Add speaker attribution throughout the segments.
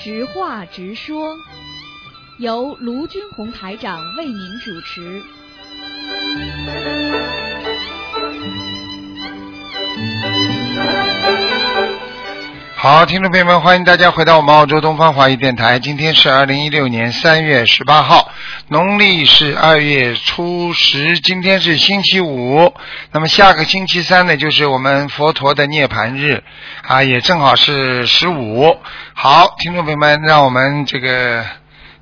Speaker 1: 直话直说，由卢军红台长为您主持。
Speaker 2: 好，听众朋友们，欢迎大家回到我们澳洲东方华语电台。今天是二零一六年三月十八号，农历是二月初十，今天是星期五。那么下个星期三呢，就是我们佛陀的涅槃日啊，也正好是十五。好，听众朋友们，让我们这个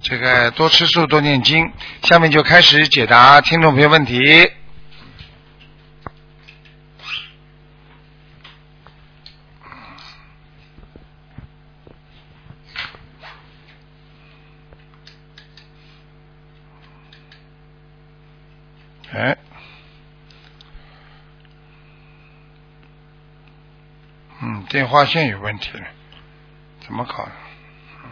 Speaker 2: 这个多吃素，多念经。下面就开始解答听众朋友问题。哎，嗯，电话线有问题了，怎么搞的？嗯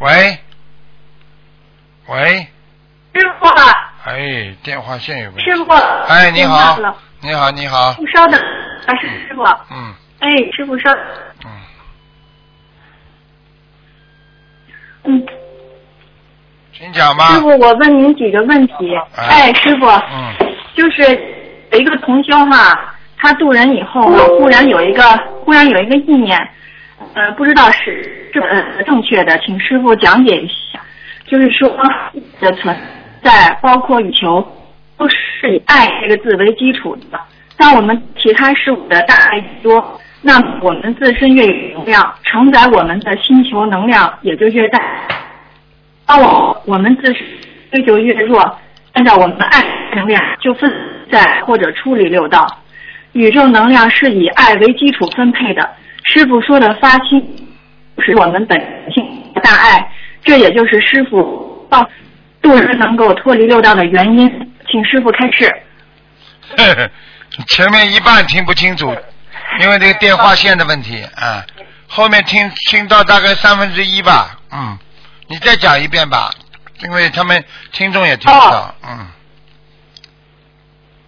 Speaker 2: 喂，喂，
Speaker 3: 师傅啊，
Speaker 2: 哎，电话线有问
Speaker 3: 师
Speaker 2: 题。
Speaker 3: 傅，
Speaker 2: 哎，你好
Speaker 3: 听到了，
Speaker 2: 你好，你好，
Speaker 3: 您稍等，啊，是师傅，
Speaker 2: 嗯
Speaker 3: 哎，师傅稍，
Speaker 2: 嗯，
Speaker 3: 嗯，
Speaker 2: 请讲
Speaker 3: 师
Speaker 2: 吧
Speaker 3: 傅，。我问您几个问题，
Speaker 2: 哎
Speaker 3: 哎，师傅，
Speaker 2: 嗯
Speaker 3: 就是有一个同修哈，他渡人以后啊，忽然有一个忽然有一个意念，呃，不知道是正呃正确的，请师傅讲解一下。就是说的存在，包括羽球，都是以“爱”这个字为基础的。当我们其他事物的大爱多，那么我们自身越有能量，承载我们的星球能量也就越大。当我我们自身追求越弱，按照我们的爱能量就分在或者出离六道。宇宙能量是以爱为基础分配的。师傅说的发心是我们本性的大爱，这也就是师傅告诉渡人能够脱离六道的原因。请师傅开示。
Speaker 2: 呵呵 前面一半听不清楚，
Speaker 3: 呃
Speaker 2: 因为这个电
Speaker 3: 哎
Speaker 2: 话线的问题啊，后面听听到大概三分之一吧，嗯，你再讲一遍吧，因为他们听众也听不到，
Speaker 3: 哦
Speaker 2: 嗯，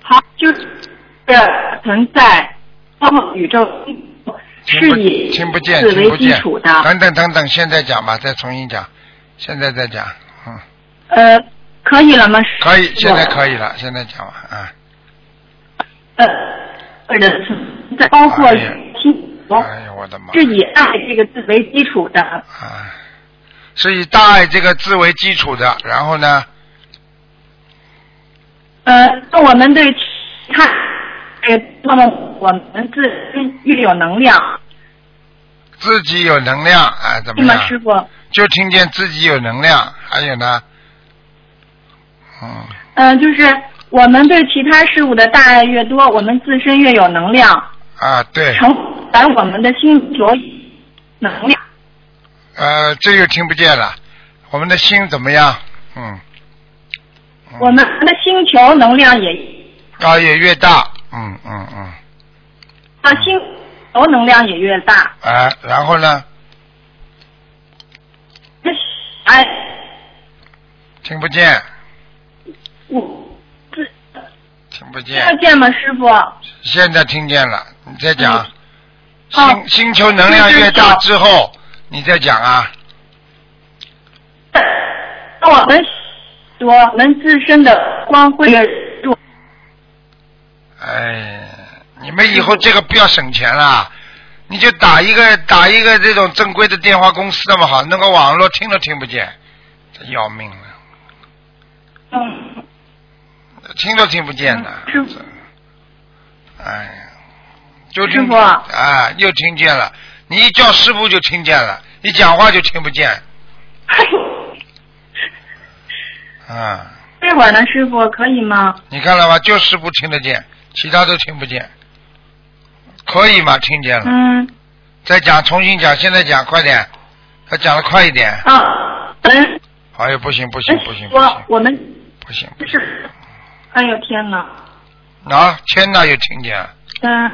Speaker 3: 好，就是存在，包括宇宙
Speaker 2: 听不
Speaker 3: 是以
Speaker 2: 听不见，
Speaker 3: 自
Speaker 2: 听
Speaker 3: 为
Speaker 2: 不
Speaker 3: 基
Speaker 2: 见
Speaker 3: 础的。，
Speaker 2: 等等等等，现在讲吧，再重新讲，现在再讲，嗯，
Speaker 3: 呃，可以了吗？
Speaker 2: 可以，现在
Speaker 3: 以。
Speaker 2: 可以了，现在讲完啊，
Speaker 3: 呃，人存在包括
Speaker 2: 哎呀
Speaker 3: 心，
Speaker 2: 哎呀，我的妈
Speaker 3: 是，以爱这个字为基础的。
Speaker 2: 啊，是以大爱这个字为基础的，然后呢，
Speaker 3: 呃，那我们对看，呃，那么我们自身越有能量，
Speaker 2: 自己有能量啊，怎
Speaker 3: 对
Speaker 2: 么
Speaker 3: 吗，
Speaker 2: 样？
Speaker 3: 师傅？
Speaker 2: 就听见自己有能量，还有呢，嗯，
Speaker 3: 呃，就是我们对其他事物的大爱越多，我们自身越有能量，
Speaker 2: 啊，对，
Speaker 3: 承载我们的星球能量。
Speaker 2: 嗯呃，这又听不见了。我们的心怎么样？嗯，嗯
Speaker 3: 我们的星球能量也，
Speaker 2: 啊也越大，嗯嗯嗯，
Speaker 3: 啊，星球能量也越大。
Speaker 2: 啊，然后呢，
Speaker 3: 那哎，
Speaker 2: 听不见，
Speaker 3: 我自
Speaker 2: 听不
Speaker 3: 听得
Speaker 2: 见，
Speaker 3: 见吗，师傅？
Speaker 2: 现在听见了，你再讲。
Speaker 3: 嗯哦
Speaker 2: 星星球能量越大之后，你再讲啊，
Speaker 3: 那我们我们自身的光辉越弱，
Speaker 2: 哎，你们以后这个不要省钱了，你就打一个打一个这种正规的电话公司那么好，弄个网络听都听不见，这要命了，
Speaker 3: 嗯，
Speaker 2: 听都听不见的。
Speaker 3: 嗯
Speaker 2: 这哎呀，就听
Speaker 3: 师傅啊
Speaker 2: 啊，又听见了。你一叫师傅就听见了，一讲话就听不见。
Speaker 3: 哎
Speaker 2: 啊，
Speaker 3: 这会儿呢，师傅可以吗？
Speaker 2: 你看了吧？就师傅听得见，其他都听不见。可以吗？听见了。
Speaker 3: 嗯，
Speaker 2: 再讲，重新讲，现在讲，快点，他讲的快一点。
Speaker 3: 啊，嗯，
Speaker 2: 哎呦，不行不行不行不
Speaker 3: 我
Speaker 2: 行
Speaker 3: 我们
Speaker 2: 不行！
Speaker 3: 这是，哎呦天哪，
Speaker 2: 啊，天哪，又听见了，
Speaker 3: 嗯，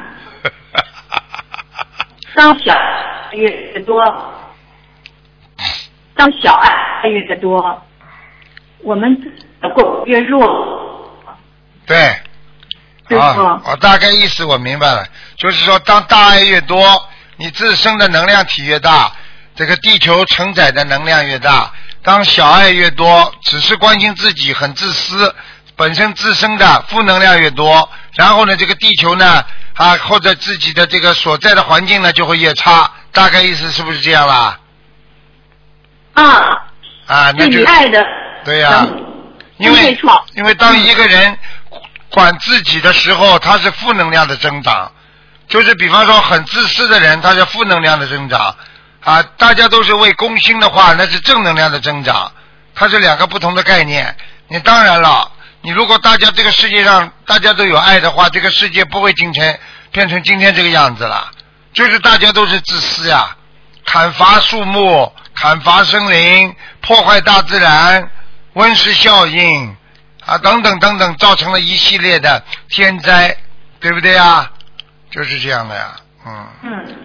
Speaker 3: 当小爱越越多，当小爱越多，我们自己的过越弱，
Speaker 2: 对。
Speaker 3: 师傅哦
Speaker 2: 啊，我大概意思我明白了，就是说，当大爱越多，你自身的能量体越大，这个地球承载的能量越大。当小爱越多，只是关心自己，很自私，本身自身的负能量越多，然后呢，这个地球呢，啊，或者自己的这个所在的环境呢，就会越差。大概意思是不是这样啦？
Speaker 3: 啊，
Speaker 2: 啊，那
Speaker 3: 对
Speaker 2: 就
Speaker 3: 你爱的，
Speaker 2: 对呀、因
Speaker 3: 嗯没
Speaker 2: 为
Speaker 3: 错
Speaker 2: 因为当一个人管自己的时候，他是负能量的增长，就是比方说很自私的人，他是负能量的增长啊。大家都是为公心的话，那是正能量的增长，它是两个不同的概念。你当然了，你如果大家这个世界上大家都有爱的话，这个世界不会今天变成今天这个样子了。就是大家都是自私呀、砍伐树木、砍伐森林、破坏大自然、温室效应啊，等等等等，造成了一系列的天灾，对不对呀？就是这样的呀，嗯，
Speaker 3: 嗯。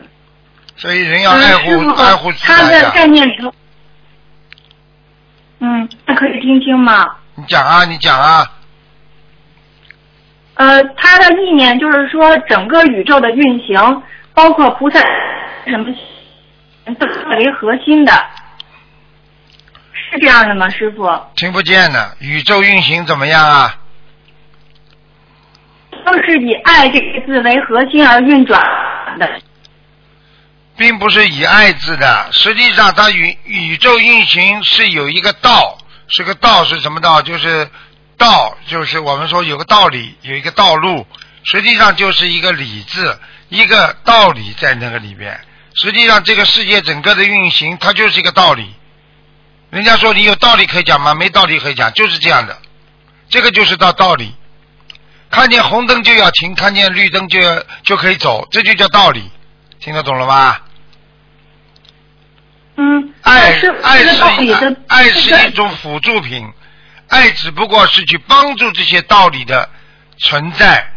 Speaker 2: 所以人要
Speaker 3: 嗯，
Speaker 2: 爱
Speaker 3: 师
Speaker 2: 护、
Speaker 3: 傅，
Speaker 2: 爱护自啊
Speaker 3: 他
Speaker 2: 然
Speaker 3: 的
Speaker 2: 呀。
Speaker 3: 概念里头，嗯，那可以听听吗？
Speaker 2: 你讲啊，你讲啊，
Speaker 3: 呃，他的意念就是说，整个宇宙的运行，包括菩萨什么，都是为核心的，是这样的吗，师傅？
Speaker 2: 听不见呢。宇宙运行怎么样啊？
Speaker 3: 都是以“爱”这个字为核心而运转的。
Speaker 2: 并不是以爱字的，实际上它宇宇宙运行是有一个道，是个道是什么道？就是道，就是我们说有个道理，有一个道路，实际上就是一个理字，一个道理在那个里边。实际上这个世界整个的运行，它就是一个道理。人家说你有道理可以讲吗？没道理可以讲，就是这样的。这个就是道道理，看见红灯就要停，看见绿灯就要就可以走，这就叫道理。听得懂了吗？
Speaker 3: 嗯，
Speaker 2: 爱
Speaker 3: 是
Speaker 2: 爱
Speaker 3: 这个道
Speaker 2: 是
Speaker 3: 理
Speaker 2: 一
Speaker 3: 的，
Speaker 2: 爱
Speaker 3: 这
Speaker 2: 是
Speaker 3: 个
Speaker 2: 一种辅助品，爱只不过是去帮助这些道理的存在，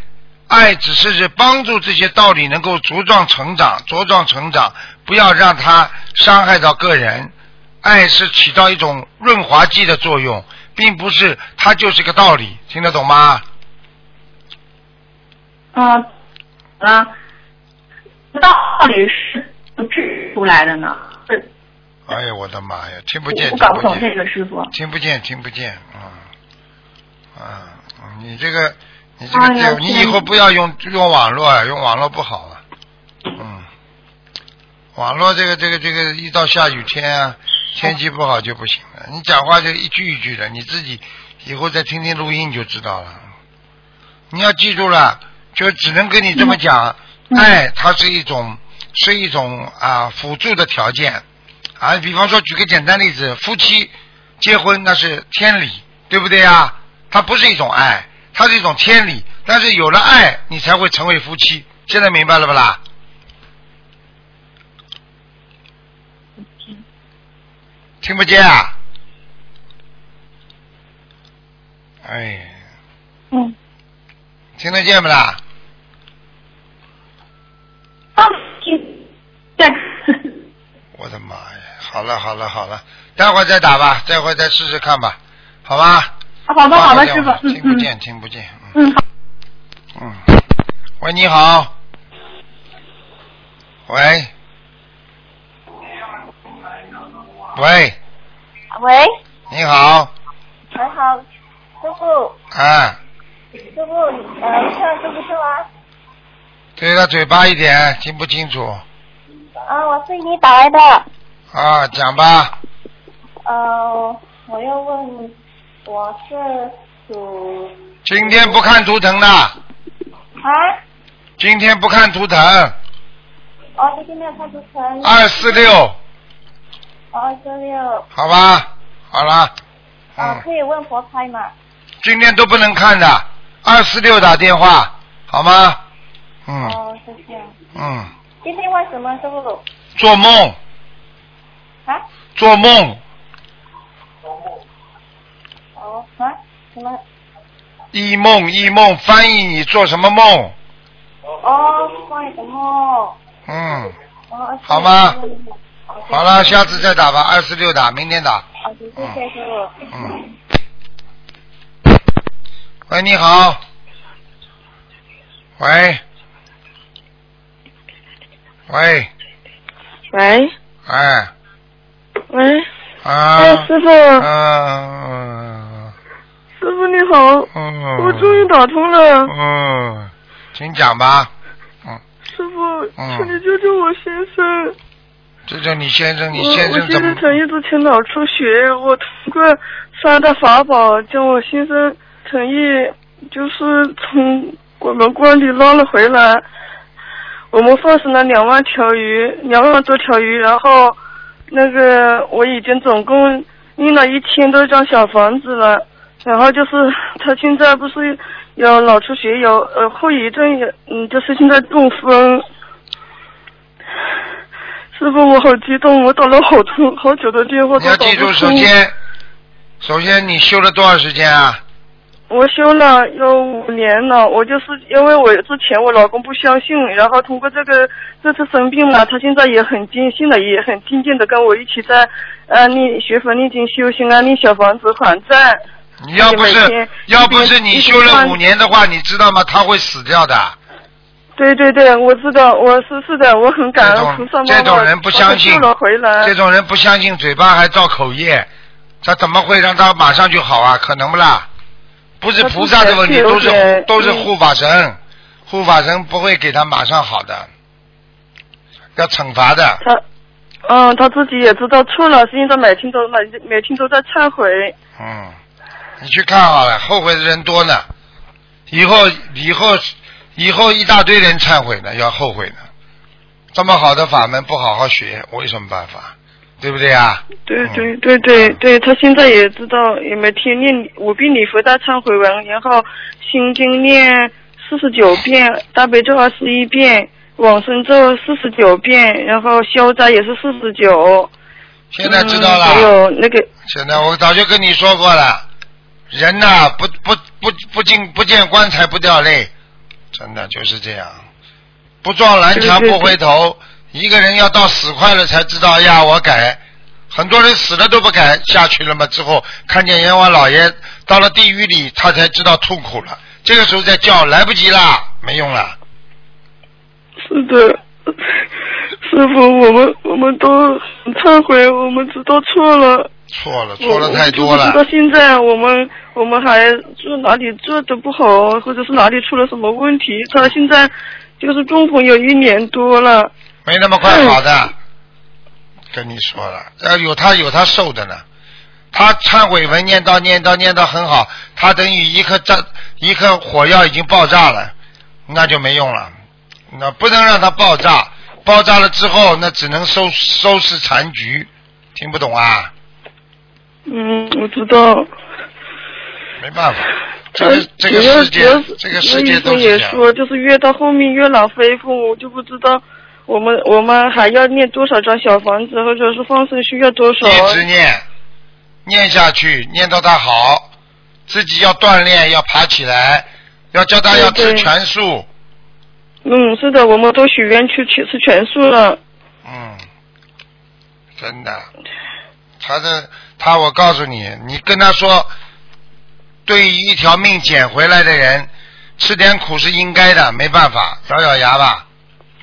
Speaker 2: 爱只是是帮助这些道理能够茁壮成长，茁壮成长，不要让它伤害到个人。爱是起到一种润滑剂的作用，并不是它就是个道理，听得懂吗？
Speaker 3: 嗯啊，道理是怎么治出来的呢？是
Speaker 2: 哎呀，我的妈呀，听不见，听
Speaker 3: 我搞不
Speaker 2: 不
Speaker 3: 懂
Speaker 2: 见
Speaker 3: 这。个师傅。
Speaker 2: 听不见，听不见，嗯，啊，你这个，你这个
Speaker 3: 哎呀
Speaker 2: 电，你以后
Speaker 3: 天
Speaker 2: 不要用用网络啊，用网络不好啊，嗯，网络这个这个这个，一到下雨天啊，天气不好就不行了，你讲话就一句一句的，你自己以后再听听录音就知道了。你要记住了，就只能跟你这么讲，
Speaker 3: 嗯
Speaker 2: 爱它是一种是一种啊辅助的条件啊，比方说举个简单例子，夫妻结婚那是天理，对不对啊？它不是一种爱，它是一种天理，但是有了爱，你才会成为夫妻。现在明白了不啦？
Speaker 3: 嗯
Speaker 2: 听不见啊？哎，
Speaker 3: 嗯，
Speaker 2: 听得见不啦？
Speaker 3: 啊，听，在，
Speaker 2: 我的妈呀！好了好了好了，待会儿再打吧，待会儿再试试看吧，好吧？
Speaker 3: 好吧，好吧，
Speaker 2: 挂
Speaker 3: 师
Speaker 2: 个
Speaker 3: 傅
Speaker 2: 电话，
Speaker 3: 嗯
Speaker 2: 听不
Speaker 3: 嗯
Speaker 2: 见听不见，嗯
Speaker 3: 嗯，好，
Speaker 2: 嗯。喂，你好。喂。喂，
Speaker 4: 喂，
Speaker 2: 你好，
Speaker 4: 你好，师傅，
Speaker 2: 啊，
Speaker 4: 师傅，呃，你看师傅说啊，
Speaker 2: 对着嘴巴一点，听不清楚
Speaker 4: 啊，我是你打来的，
Speaker 2: 啊，讲吧，
Speaker 4: 呃，我要问你，我是属
Speaker 2: 今天不看图腾的，
Speaker 4: 啊，
Speaker 2: 今天不看图腾，
Speaker 4: 哦，你今天看图腾，
Speaker 2: 二四六，
Speaker 4: 哦，周六，
Speaker 2: 好吧，好了，
Speaker 4: 啊，
Speaker 2: 嗯。
Speaker 4: 可以问佛牌吗？
Speaker 2: 今天都不能看的，二四六打电话，好吗？嗯
Speaker 4: 哦，是这样。
Speaker 2: 嗯，
Speaker 4: 今天为什么师傅
Speaker 2: 做梦
Speaker 4: 啊？
Speaker 2: 做梦，
Speaker 4: 哦啊，什么？
Speaker 2: 一梦一梦，翻译你做什么梦？
Speaker 4: 哦，为什么？
Speaker 2: 嗯，
Speaker 4: 哦，
Speaker 2: 好吗
Speaker 4: 哦
Speaker 2: 好了，下次再打吧，二四六打，明天打。
Speaker 4: 好的，哦谢谢师傅。
Speaker 2: 嗯。喂，你好。喂。喂，
Speaker 5: 喂
Speaker 2: 哎，
Speaker 5: 喂，
Speaker 2: 啊，
Speaker 5: 哎，师傅，
Speaker 2: 嗯
Speaker 5: 师傅你好，
Speaker 2: 嗯，
Speaker 5: 我终于打通了，
Speaker 2: 嗯，请讲吧。嗯，
Speaker 5: 师傅，
Speaker 2: 嗯
Speaker 5: 请你救救我先生，
Speaker 2: 这就你先生，你
Speaker 5: 我
Speaker 2: 先
Speaker 5: 我
Speaker 2: 生
Speaker 5: 先
Speaker 2: 怎么
Speaker 5: 生？曾一直前脑出血，我通过三大法宝将我先生陈毅就是从我们关里捞了回来。我们放生了两万条鱼，两万多条鱼，然后那个我已经总共印了一千多张小房子了。然后就是他现在不是有脑出血，有呃后遗症，也嗯，就是现在中 风。师傅，我好激动，我打了好多好久的电话
Speaker 2: 你
Speaker 5: 都
Speaker 2: 要
Speaker 5: 打不
Speaker 2: 记住，首
Speaker 5: 通
Speaker 2: 先，首先你修了多少时间啊？
Speaker 5: 我修了有五年了，我就是因为我之前我老公不相信，然后通过这个这次生病了，他现在也很坚信了，也很听见的跟我一起在安利学佛念经修行，安利小房子还债。
Speaker 2: 你要不
Speaker 5: 每天
Speaker 2: 是要不是
Speaker 5: 一
Speaker 2: 你
Speaker 5: 边
Speaker 2: 修了五，
Speaker 5: 一边
Speaker 2: 年的话，你知道吗？他会死掉的。
Speaker 5: 对对对，我知道，我是是的，我很感
Speaker 2: 这
Speaker 5: 恩菩萨
Speaker 2: 种
Speaker 5: 妈妈
Speaker 2: 这种人不相信
Speaker 5: 把我救了回，来。
Speaker 2: 这种人不相信，嘴巴还造口业，他怎么会让他马上就好啊？可能不啦？不是菩萨的问题，
Speaker 5: 他
Speaker 2: 都
Speaker 5: 之
Speaker 2: 是
Speaker 5: 前是有点
Speaker 2: 都是
Speaker 5: 嗯
Speaker 2: 护法神，护法神不会给他马上好的，要惩罚的。
Speaker 5: 他，嗯，他自己也知道错了，现在每天都每每天都在忏悔。
Speaker 2: 嗯，你去看好了，后悔的人多呢，以后以后以后一大堆人忏悔呢，要后悔呢。这么好的法门不好好学，我有什么办法？对不对啊？
Speaker 5: 对
Speaker 2: 嗯
Speaker 5: 对对对对，他现在也知道，也每天念五遍礼佛大忏悔文，然后心经念四十九遍，大悲咒二十一遍，往生咒四十九遍，然后消灾也是四十九。
Speaker 2: 现在知道了。
Speaker 5: 嗯还有那个，
Speaker 2: 现在我早就跟你说过了，人呐、不不不不进不见棺材不掉泪，真的就是这样，不撞南墙
Speaker 5: 对对
Speaker 2: 不回头。一个人要到死快了才知道呀，我改。很多人死了都不改下去了嘛，之后看见阎王老爷到了地狱里，他才知道痛苦了。这个时候再叫来不及啦，没用了。
Speaker 5: 是的， 师傅，我们我们都很忏悔，我们知道错了。
Speaker 2: 错了，
Speaker 5: 我
Speaker 2: 错了太多
Speaker 5: 我
Speaker 2: 了
Speaker 5: 就不知。道现在我们我们还做哪里做的不好，或者是哪里出了什么问题？他现在就是中风有一年多了，
Speaker 2: 没那么快好的，跟你说了，要有他有他受的呢。他忏悔文念叨念叨念叨很好，他等于一颗炸一颗火药已经爆炸了，那就没用了，那不能让它爆炸，爆炸了之后那只能收收拾残局，听不懂啊？
Speaker 5: 嗯，我知道。
Speaker 2: 没办法，这个
Speaker 5: 嗯
Speaker 2: 这个
Speaker 5: 主要
Speaker 2: 世界
Speaker 5: 主要是
Speaker 2: 这个世界
Speaker 5: 主要
Speaker 2: 都
Speaker 5: 医生
Speaker 2: 是
Speaker 5: 也
Speaker 2: 这样，
Speaker 5: 说，就是越到后面越老恢复，我就不知道我们我们还要念多少张小房子，或者是放生需要多少？
Speaker 2: 一直念念下去，念到他好，自己要锻炼，要爬起来，要教他要吃
Speaker 5: 对对
Speaker 2: 全素。
Speaker 5: 嗯，是的，我们都许愿去去吃全素了。
Speaker 2: 嗯，真的，他的他，我告诉你，你跟他说，对于一条命捡回来的人，吃点苦是应该的，没办法，咬咬牙吧，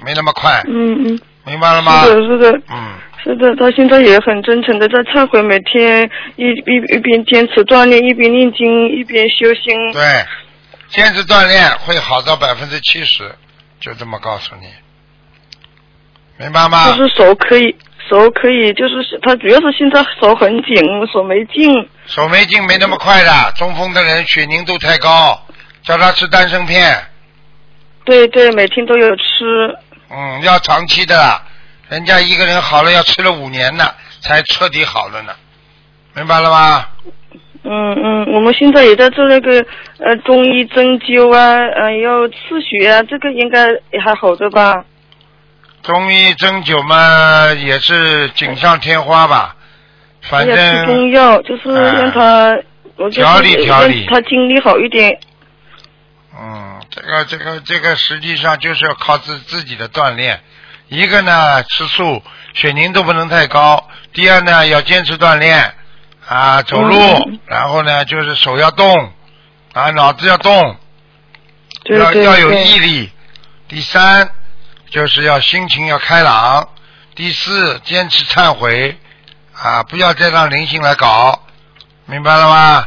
Speaker 2: 没那么快，
Speaker 5: 嗯嗯，
Speaker 2: 明白了吗
Speaker 5: 是？的，是的。
Speaker 2: 嗯，
Speaker 5: 是的，他现在也很真诚的在忏悔，每天一一一边坚持锻炼，一边念经，一边修心。
Speaker 2: 对，坚持锻炼会好到百分之七十，就这么告诉你，明白吗？
Speaker 5: 就是手可以，手可以，就是他主要是现在手很紧，手没劲。
Speaker 2: 手没劲没那么快的，中风的人血凝度太高，叫他吃丹参片。
Speaker 5: 对对，每天都有吃。
Speaker 2: 嗯，要长期的啦，人家一个人好了要吃了五年呢，才彻底好了呢，明白了吗？
Speaker 5: 嗯嗯，我们现在也在做那个呃中医针灸啊，呃要刺血啊，这个应该也还好的吧？
Speaker 2: 中医针灸嘛，也是锦上添花吧，反
Speaker 5: 要吃中
Speaker 2: 正
Speaker 5: 药，就是
Speaker 2: 哎
Speaker 5: 让他，我就是
Speaker 2: 调理调理
Speaker 5: 让他精力好一点。
Speaker 2: 嗯，这个这个这个实际上就是要靠自自己的锻炼。一个呢，吃素，血凝度不能太高；第二呢，要坚持锻炼啊，走路，
Speaker 5: 嗯
Speaker 2: 然后呢，就是手要动啊，脑子要动，
Speaker 5: 对
Speaker 2: 要
Speaker 5: 对
Speaker 2: 要有
Speaker 5: 对
Speaker 2: 毅力。第三，就是要心情要开朗。第四，坚持忏悔啊，不要再让灵性来搞，明白了吗？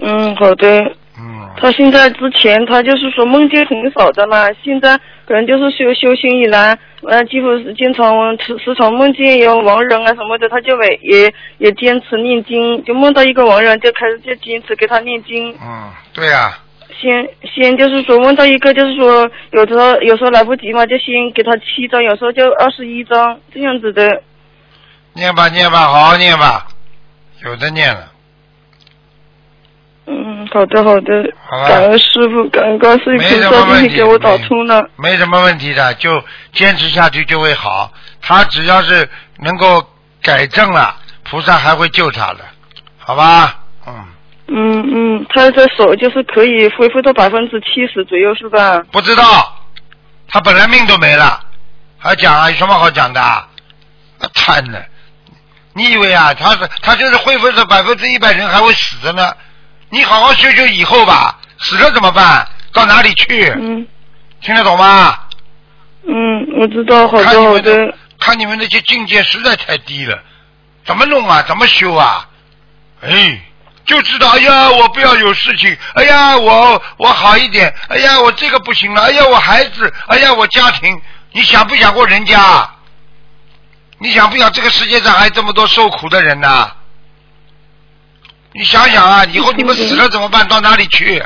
Speaker 5: 嗯，好的。
Speaker 2: 嗯，
Speaker 5: 他现在之前他就是说梦见很少的啦，现在可能就是修修行以来，呃，几乎是经常时时常梦见有亡人啊什么的，他就每也也坚持念经，就梦到一个亡人就开始就坚持给他念经。
Speaker 2: 嗯，对呀、
Speaker 5: 先先就是说梦到一个就是说有时候有时候来不及嘛，就先给他七张，有时候就二十一张这样子的。
Speaker 2: 念吧念吧，好好念吧，有的念了，
Speaker 5: 嗯，好的好的，
Speaker 2: 好吧
Speaker 5: 感恩师傅，感恩观世音菩
Speaker 2: 没什么
Speaker 5: 萨，
Speaker 2: 问
Speaker 5: 今
Speaker 2: 题
Speaker 5: 天给我打通了。
Speaker 2: 没什么问题的，就坚持下去就会好。他只要是能够改正了，菩萨还会救他的，好吧？嗯，
Speaker 5: 嗯嗯，他的手就是可以恢复到百分之七十左右，是吧？
Speaker 2: 不知道，他本来命都没了，还讲啊？有什么好讲的啊？啊惨了！你以为啊，他是他就是恢复到百分之一百人还会死的呢？你好好修修以后吧，死了怎么办？到哪里去？
Speaker 5: 嗯
Speaker 2: 听得懂吗？
Speaker 5: 嗯，我知道，好
Speaker 2: 看
Speaker 5: 的
Speaker 2: 你
Speaker 5: 好
Speaker 2: 们
Speaker 5: 的
Speaker 2: 的，，看你们那些境界实在太低了，怎么弄啊？怎么修啊？哎，就知道哎呀，我不要有事情，哎呀，我我好一点，哎呀，我这个不行了，哎呀，我孩子，哎呀，我家庭，你想不想过人家？你想不想这个世界上还这么多受苦的人呐、你想想啊，以后你们死了怎么办？到哪里去？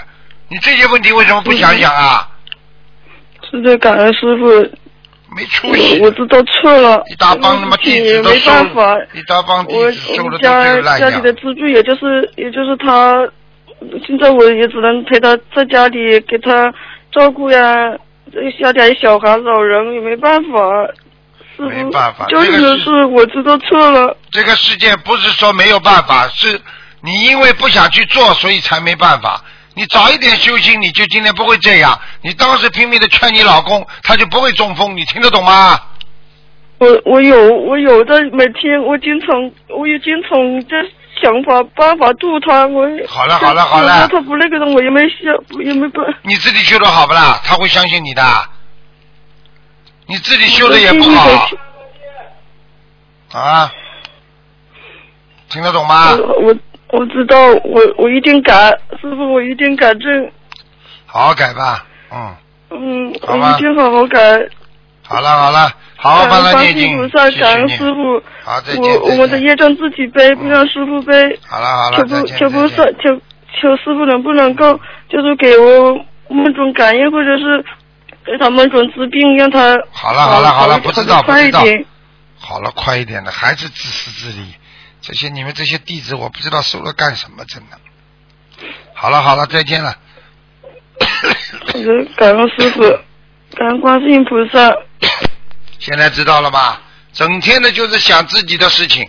Speaker 2: 你这些问题为什么不想想啊？
Speaker 5: 是的，感恩师傅，
Speaker 2: 没出息
Speaker 5: 嗯我！我知道错了，
Speaker 2: 一大帮他妈弟子都
Speaker 5: 没
Speaker 2: 收
Speaker 5: 办法，，
Speaker 2: 一大帮弟
Speaker 5: 我
Speaker 2: 子收
Speaker 5: 我
Speaker 2: 了都
Speaker 5: 们
Speaker 2: 这
Speaker 5: 家
Speaker 2: 个烂
Speaker 5: 家里的
Speaker 2: 样。
Speaker 5: 支柱，也就是也就是他，现在我也只能陪他在家里给他照顾呀，这家里还有小孩老人也没办法，师傅
Speaker 2: 没办法
Speaker 5: 就
Speaker 2: 这个
Speaker 5: 是
Speaker 2: 是
Speaker 5: 是我知道错了，
Speaker 2: 这个世界不是说没有办法，是你因为不想去做，所以才没办法。你早一点修心，你就今天不会这样。你当时拼命的劝你老公，他就不会中风，你听得懂吗？
Speaker 5: 我我有我有的每天我经常我也经常在想法办法度他，我
Speaker 2: 好了好了好了
Speaker 5: 我知道他不那个的，我也没想也没办。
Speaker 2: 你自己修的好不啦？他会相信你的。你自己修的也不好啊，听得懂吗？
Speaker 5: 我我我知道，我我一定改，师傅我一定改正，
Speaker 2: 好好改吧，嗯。
Speaker 5: 嗯，
Speaker 2: 好
Speaker 5: 我
Speaker 2: 吧
Speaker 5: 一定好好改。
Speaker 2: 好了好了，好好帮
Speaker 5: 感
Speaker 2: 他
Speaker 5: 恩观
Speaker 2: 念
Speaker 5: 世音
Speaker 2: 经
Speaker 5: 菩，萨，
Speaker 2: 继续
Speaker 5: 感恩
Speaker 2: 念
Speaker 5: 师傅。
Speaker 2: 好，再见嗯
Speaker 5: 我
Speaker 2: 再
Speaker 5: 我的
Speaker 2: 见。
Speaker 5: 业障自己背，不让师傅背。
Speaker 2: 好了好
Speaker 5: 求
Speaker 2: 了，再
Speaker 5: 不
Speaker 2: 见
Speaker 5: 求不
Speaker 2: 再
Speaker 5: 上
Speaker 2: 见。
Speaker 5: 求求师傅能不能够就是给我梦中感应，或者是给他梦中治病，让他
Speaker 2: 好了好了好了，
Speaker 5: 好
Speaker 2: 不知道不
Speaker 5: 快
Speaker 2: 知
Speaker 5: 一
Speaker 2: 道。
Speaker 5: 点。
Speaker 2: 好了，快一点的，还是自私自利。这些你们这些弟子，我不知道收了干什么，真的。好了好了，再见了。
Speaker 5: 好的感恩师傅，感恩观世音菩萨。
Speaker 2: 现在知道了吧？整天的就是想自己的事情，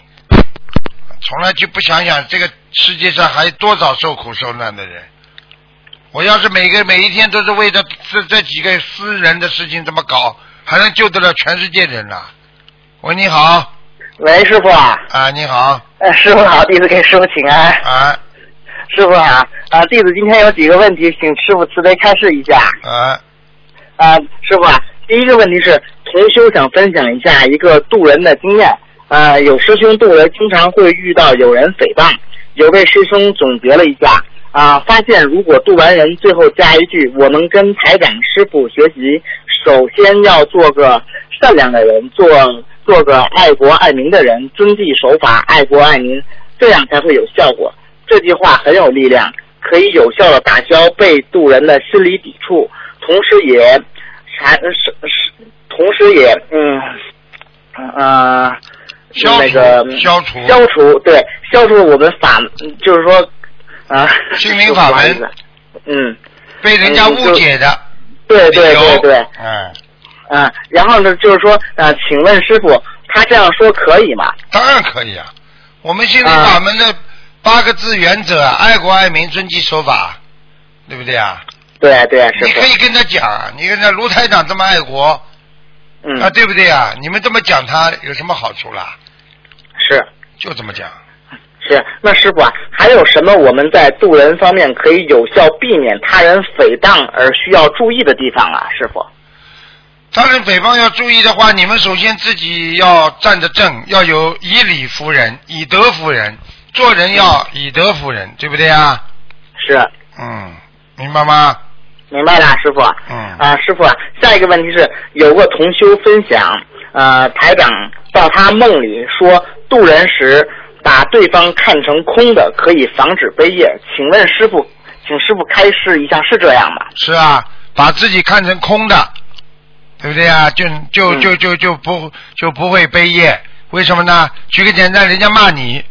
Speaker 2: 从来就不想想这个世界上还有多少受苦受难的人。我要是每个每一天都是为这这这几个私人的事情这么搞，还能救得了全世界人呐、喂，你好
Speaker 6: 喂，师傅啊，
Speaker 2: 啊，你好
Speaker 6: 呃，师傅好，弟子给师傅请安。
Speaker 2: 啊
Speaker 6: 师傅啊，啊，弟子今天有几个问题，请师傅慈悲开示一下。
Speaker 2: 啊，
Speaker 6: 啊，师傅啊，第一个问题是，同修想分享一下一个渡人的经验。啊，有师兄渡人经常会遇到有人诽谤，有位师兄总结了一下，啊，发现如果渡完人最后加一句“我们跟台长师傅学习，首先要做个善良的人，做做个爱国爱民的人，遵纪守法，爱国爱民，这样才会有效果。”这句话很有力量，可以有效的打消被渡人的心理抵触，同时也还是是，同时也嗯呃
Speaker 2: 消除、
Speaker 6: 那个嗯
Speaker 2: 消除
Speaker 6: 消除对消除我们法就是说啊
Speaker 2: 心灵法门
Speaker 6: 不 好意思嗯
Speaker 2: 被人家误解的
Speaker 6: 对
Speaker 2: 理
Speaker 6: 对
Speaker 2: 由，
Speaker 6: 对对
Speaker 2: 嗯，
Speaker 6: 啊，然后呢就是说啊，请问师傅他这样说可以吗？
Speaker 2: 当然可以啊。我们心灵法门的八个字原则啊，爱国爱民、遵纪守法，对不对啊？
Speaker 6: 对对师
Speaker 2: 你可以
Speaker 6: 傅
Speaker 2: 跟他讲，你跟他卢台长这么爱国、
Speaker 6: 嗯
Speaker 2: 啊，对不对啊？你们这么讲他有什么好处啦？
Speaker 6: 是。
Speaker 2: 就这么讲，
Speaker 6: 是，那师傅啊，还有什么我们在渡人方面可以有效避免他人诽谤而需要注意的地方啊？师傅，
Speaker 2: 当然，诽谤要注意的话，你们首先自己要站得正，要有以理服人，以德服人，做人要以德服人，对不对啊？
Speaker 6: 是，
Speaker 2: 嗯，明白吗？
Speaker 6: 明白了，师傅。
Speaker 2: 嗯
Speaker 6: 啊，师傅，下一个问题是，有个同修分享，呃，台长到他梦里说渡人时把对方看成空的，可以防止悲业。请问师傅，请师傅开示一下，是这样吗？
Speaker 2: 是啊，把自己看成空的，对不对啊？就就
Speaker 6: 嗯
Speaker 2: 就就就不就不会悲业，为什么呢？举个简单，人家骂你，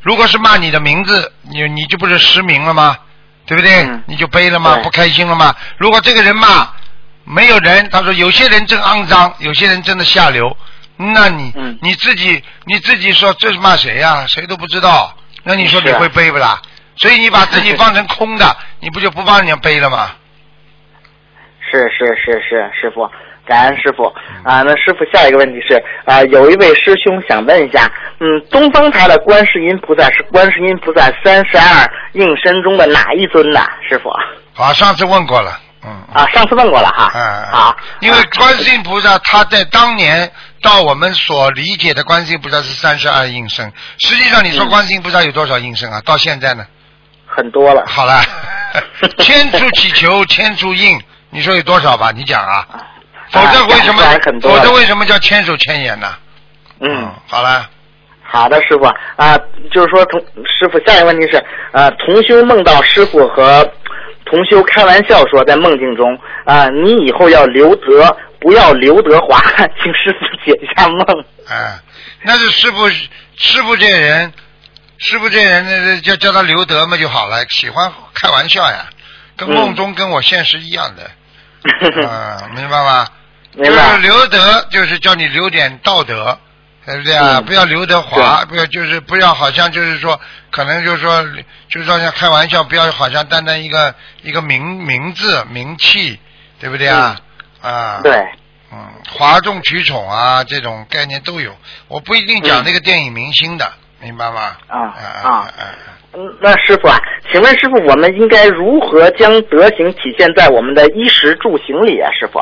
Speaker 2: 如果是骂你的名字，你你就不是实名了吗？对不对？
Speaker 6: 嗯
Speaker 2: 你就悲了吗？
Speaker 6: 对
Speaker 2: 不开心了吗？如果这个人骂没有人，他说有些人真肮脏，有些人真的下流，那你、
Speaker 6: 嗯
Speaker 2: 你自己你自己说这是骂谁呀、谁都不知道，那你说你
Speaker 6: 是啊
Speaker 2: 会悲不啦？所以你把 自己放成空的，你不就不帮人家背了吗？
Speaker 6: 是是是是，师傅，感恩师傅啊。那师傅下一个问题是啊，有一位师兄想问一下，嗯，东方台的观世音菩萨是观世音菩萨三十二应身中的哪一尊呢？师傅
Speaker 2: 啊，上次问过了，嗯，嗯
Speaker 6: 啊，上次问过了哈。啊
Speaker 2: 嗯，
Speaker 6: 好
Speaker 2: 嗯，因为观世音菩萨他在当年到我们所理解的观世音菩萨是三十二应身，实际上你说
Speaker 6: 嗯
Speaker 2: 观世音菩萨有多少应身啊？到现在呢？
Speaker 6: 很多了。
Speaker 2: 好 了，千处祈求千处应，你说有多少吧？你讲啊，否则为什么
Speaker 6: 讲出来很？多
Speaker 2: 否
Speaker 6: 了
Speaker 2: 则为什么叫千手千眼呢？
Speaker 6: 嗯，，
Speaker 2: 好了，
Speaker 6: 好的，师傅啊，就是说同师傅下一个问题是呃，同修梦到师傅和同修开玩笑说，在梦境中啊、你以后要留德，不要刘德华， 请师傅解一下梦。
Speaker 2: 哎，那是师傅，师傅这人，师傅这人，那那叫叫他刘德嘛就好了，喜欢开玩笑呀，
Speaker 6: 嗯
Speaker 2: 跟梦中跟我现实一样的，啊，明白吗？
Speaker 6: 明
Speaker 2: 就是
Speaker 6: 白，
Speaker 2: 留德，就是叫你留点道德，对不对啊？
Speaker 6: 嗯
Speaker 2: 不要刘德华，不要就是不要好像就是说，可能就是说，就是说像开玩笑，不要好像单单一个一个名名字名气，对不对啊？啊，
Speaker 6: 对，
Speaker 2: 嗯，哗众取宠啊，这种概念都有。我不一定讲
Speaker 6: 嗯
Speaker 2: 那个电影明星的，明白吗？
Speaker 6: 啊
Speaker 2: 啊
Speaker 6: 啊
Speaker 2: 啊！
Speaker 6: 嗯那师傅啊，请问师傅，我们应该如何将德行体现在我们的衣食住行里啊？师傅，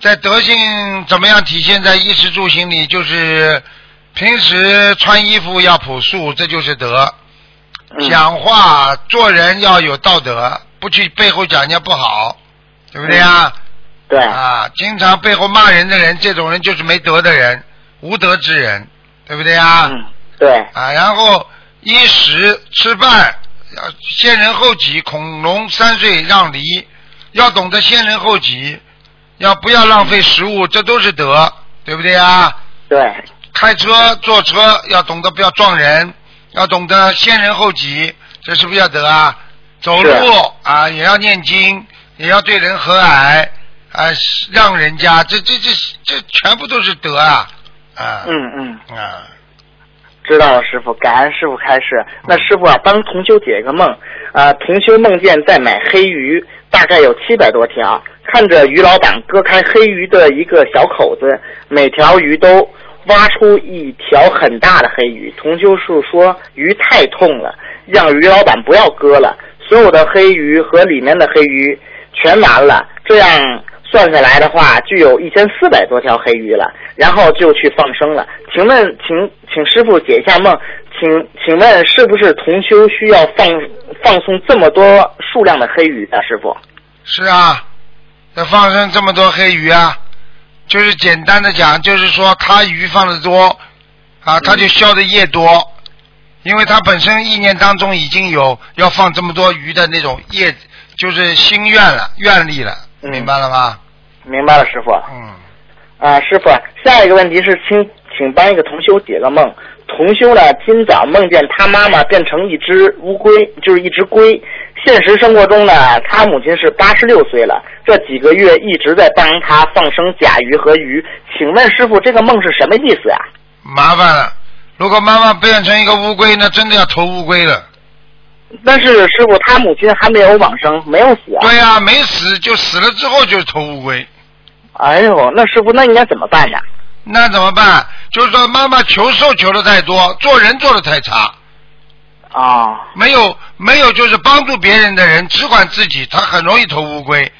Speaker 2: 在德性怎么样体现在衣食住行里？就是平时穿衣服要朴素，这就是德。
Speaker 6: 嗯
Speaker 2: 讲话做人要有道德，不去背后讲人家不好，对不对啊？
Speaker 6: 对，
Speaker 2: 啊，经常背后骂人的人，这种人就是没德的人，无德之人，对不对啊？
Speaker 6: 嗯，对，
Speaker 2: 啊，然后衣食吃饭要先人后己，孔融三岁让梨，要懂得先人后己，要不要浪费食物，这都是德，对不对啊？
Speaker 6: 对，
Speaker 2: 开车坐车要懂得不要撞人，要懂得先人后己，这是不是要德啊？走路啊也要念经，也要对人和蔼啊，让人家这这这这全部都是德啊啊
Speaker 6: 嗯嗯。
Speaker 2: 啊！
Speaker 6: 知道了，师傅，感恩师傅开示。那师傅啊，帮同修解一个梦，呃，同修梦见在买黑鱼，大概有七百多条，看着鱼老板割开黑鱼的一个小口子，每条鱼都挖出一条很大的黑鱼。同修是说鱼太痛了，让鱼老板不要割了，所有的黑鱼和里面的黑鱼全完了，这样算下来的话，就有一千四百多条黑鱼了，然后就去放生了。请问，请请师傅解一下梦，请请问是不是同修需要放放送这么多数量的黑鱼啊？师傅，
Speaker 2: 是啊，那放生这么多黑鱼啊，就是简单的讲，就是说他鱼放的多啊，他就消的业多，因为他本身意念当中已经有要放这么多鱼的那种业，就是心愿了、愿力了，
Speaker 6: 嗯
Speaker 2: 明白了吗？
Speaker 6: 明白了，师傅。
Speaker 2: 嗯，
Speaker 6: 啊，师傅，下一个问题是，请请帮一个同修解个梦。同修呢，今早梦见他妈妈变成一只乌龟，就是一只龟。现实生活中呢，他母亲是八十六岁了，这几个月一直在帮他放生甲鱼和鱼。请问师傅，这个梦是什么意思呀、啊
Speaker 2: 麻烦了。如果妈妈变成一个乌龟，那真的要投乌龟了。
Speaker 6: 但是师傅，他母亲还没有往生，没有死啊。
Speaker 2: 对呀、没死就死了之后就是投乌龟。
Speaker 6: 哎呦，那师傅，那应该怎么办呀？
Speaker 2: 那怎么办？就是说，妈妈求寿求的太多，做人做的太差。
Speaker 6: 啊、
Speaker 2: 没有没有，就是帮助别人的人只管自己，他很容易投乌龟。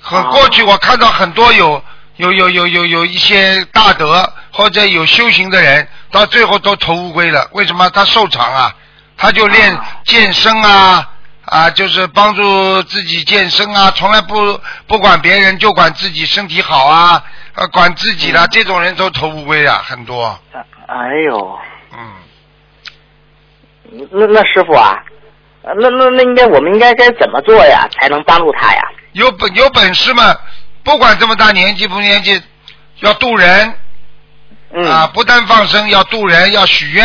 Speaker 2: 很
Speaker 6: 哦
Speaker 2: 过去我看到很多有有有有有有一些大德或者有修行的人，到最后都投乌龟了。为什么？他受长啊，他就练健身啊啊，就是帮助自己健身啊，从来不不管别人，就管自己身体好啊，呃、管自己的、这种人都投乌龟啊，很多。
Speaker 6: 哎呦，
Speaker 2: 嗯，
Speaker 6: 那那师傅啊，呃那那那应该我们应该该怎么做呀，才能帮助他呀？
Speaker 2: 有本有本事嘛，不管这么大年纪不年纪，要渡人、
Speaker 6: 嗯、
Speaker 2: 啊，不但放生，要渡人，要许愿。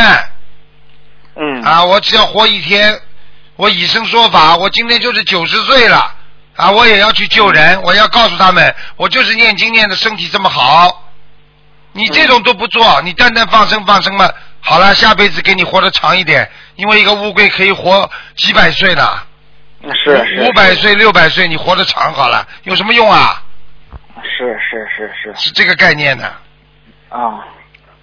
Speaker 6: 嗯
Speaker 2: 啊，我只要活一天，我以身说法，我今天就是九十岁了，啊，我也要去救人，我要告诉他们，我就是念经念的身体这么好，你
Speaker 6: 嗯
Speaker 2: 这种都不做，你单单放生放生嘛，好了，下辈子给你活得长一点，因为一个乌龟可以活几百岁呢，
Speaker 6: 是是
Speaker 2: 五百岁六百岁你活得长好了，有什么用啊？
Speaker 6: 是是是是
Speaker 2: 是这个概念的，
Speaker 6: 啊。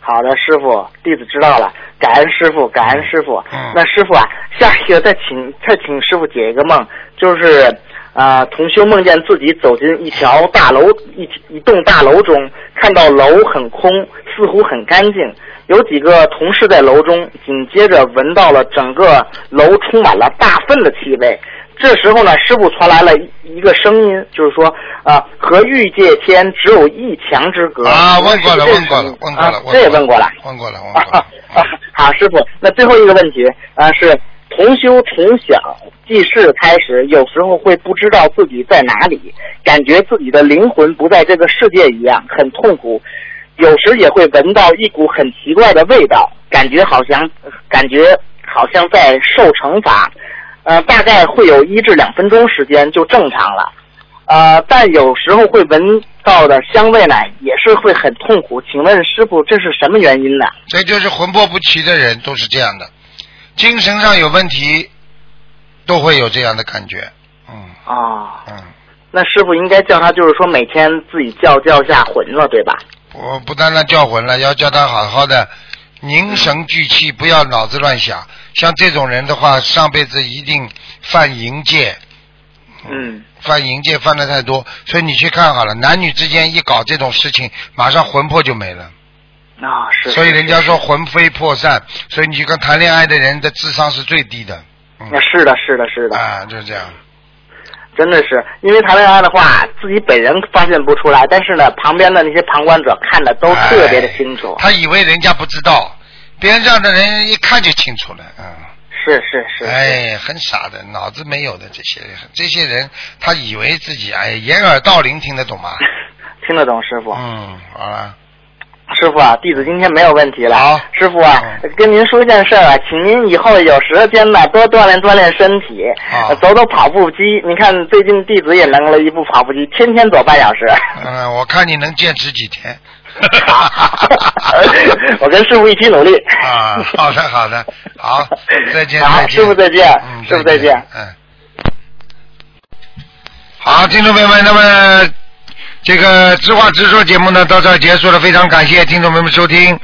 Speaker 6: 好的，师傅，弟子知道了，感恩师傅，感恩师傅。
Speaker 2: 嗯
Speaker 6: 那师傅啊，下一个再请 再请师傅解一个梦，就是啊、呃同修梦见自己走进一条大楼一一栋大楼中，看到楼很空，似乎很干净，有几个同事在楼中，紧接着闻到了整个楼充满了大粪的气味。这时候呢，师傅传来了一一个声音，就是说，啊、和欲界天只有一墙之隔。
Speaker 2: 啊问过了
Speaker 6: 这
Speaker 2: 问过了问过了问
Speaker 6: 啊
Speaker 2: 过了
Speaker 6: 这也问过了。
Speaker 2: 问过了，问嗯过
Speaker 6: 啊
Speaker 2: 了，
Speaker 6: 啊 好，师傅，那最后一个问题啊是。同修从小记事开始，有时候会不知道自己在哪里，感觉自己的灵魂不在这个世界一样，很痛苦。有时也会闻到一股很奇怪的味道，感觉好像感觉好像在受惩罚。呃，大概会有一至两分钟时间就正常了。呃，但有时候会闻到的香味呢，也是会很痛苦。请问师傅，这是什么原因呢？
Speaker 2: 这就是魂魄不齐的人都是这样的，精神上有问题，都会有这样的感觉。嗯
Speaker 6: 啊，
Speaker 2: 嗯，
Speaker 6: 那师傅应该叫他，就是说每天自己叫叫下魂了，对吧？
Speaker 2: 我不单单叫魂了，要叫他好好的凝神聚气，不要脑子乱想。像这种人的话，上辈子一定犯淫戒，
Speaker 6: 嗯，
Speaker 2: 犯淫戒犯的太多，所以你去看好了，男女之间一搞这种事情，马上魂魄就没了。
Speaker 6: 啊、是。
Speaker 2: 所以人家说魂飞魄散，所以你去看谈恋爱的人的智商是最低的。嗯
Speaker 6: 那是的，是的，是的，
Speaker 2: 啊，就是这样。
Speaker 6: 真的是，因为谈恋爱的话，自己本人发现不出来，但是呢，旁边的那些旁观者看的都特别的清楚。
Speaker 2: 哎哎他以为人家不知道，边上的人一看就清楚了，嗯，
Speaker 6: 是是是。
Speaker 2: 哎，很傻的，脑子没有的这些人，这些人他以为自己哎掩耳盗铃，听得懂吗？
Speaker 6: 听得懂师傅，
Speaker 2: 嗯，好了，
Speaker 6: 师傅啊，弟子今天没有问题了。
Speaker 2: 好嗯
Speaker 6: 师傅啊，跟您说一件事儿啊，请您以后有时间呢多锻炼锻炼身体
Speaker 2: 好，
Speaker 6: 呃走走跑步机。您看最近弟子也弄了一部跑步机，天天走半小时。
Speaker 2: 嗯，我看你能坚持几天。
Speaker 6: 好 我跟师傅一起努力。
Speaker 2: 啊，好的，好的，好，再见，
Speaker 6: 好
Speaker 2: 再见，
Speaker 6: 师傅再见
Speaker 2: 嗯，
Speaker 6: 师傅
Speaker 2: 再
Speaker 6: 再见
Speaker 2: 嗯。好，听众朋友们，那么这个直话直说节目呢到这儿结束了，非常感谢听众朋友们收听。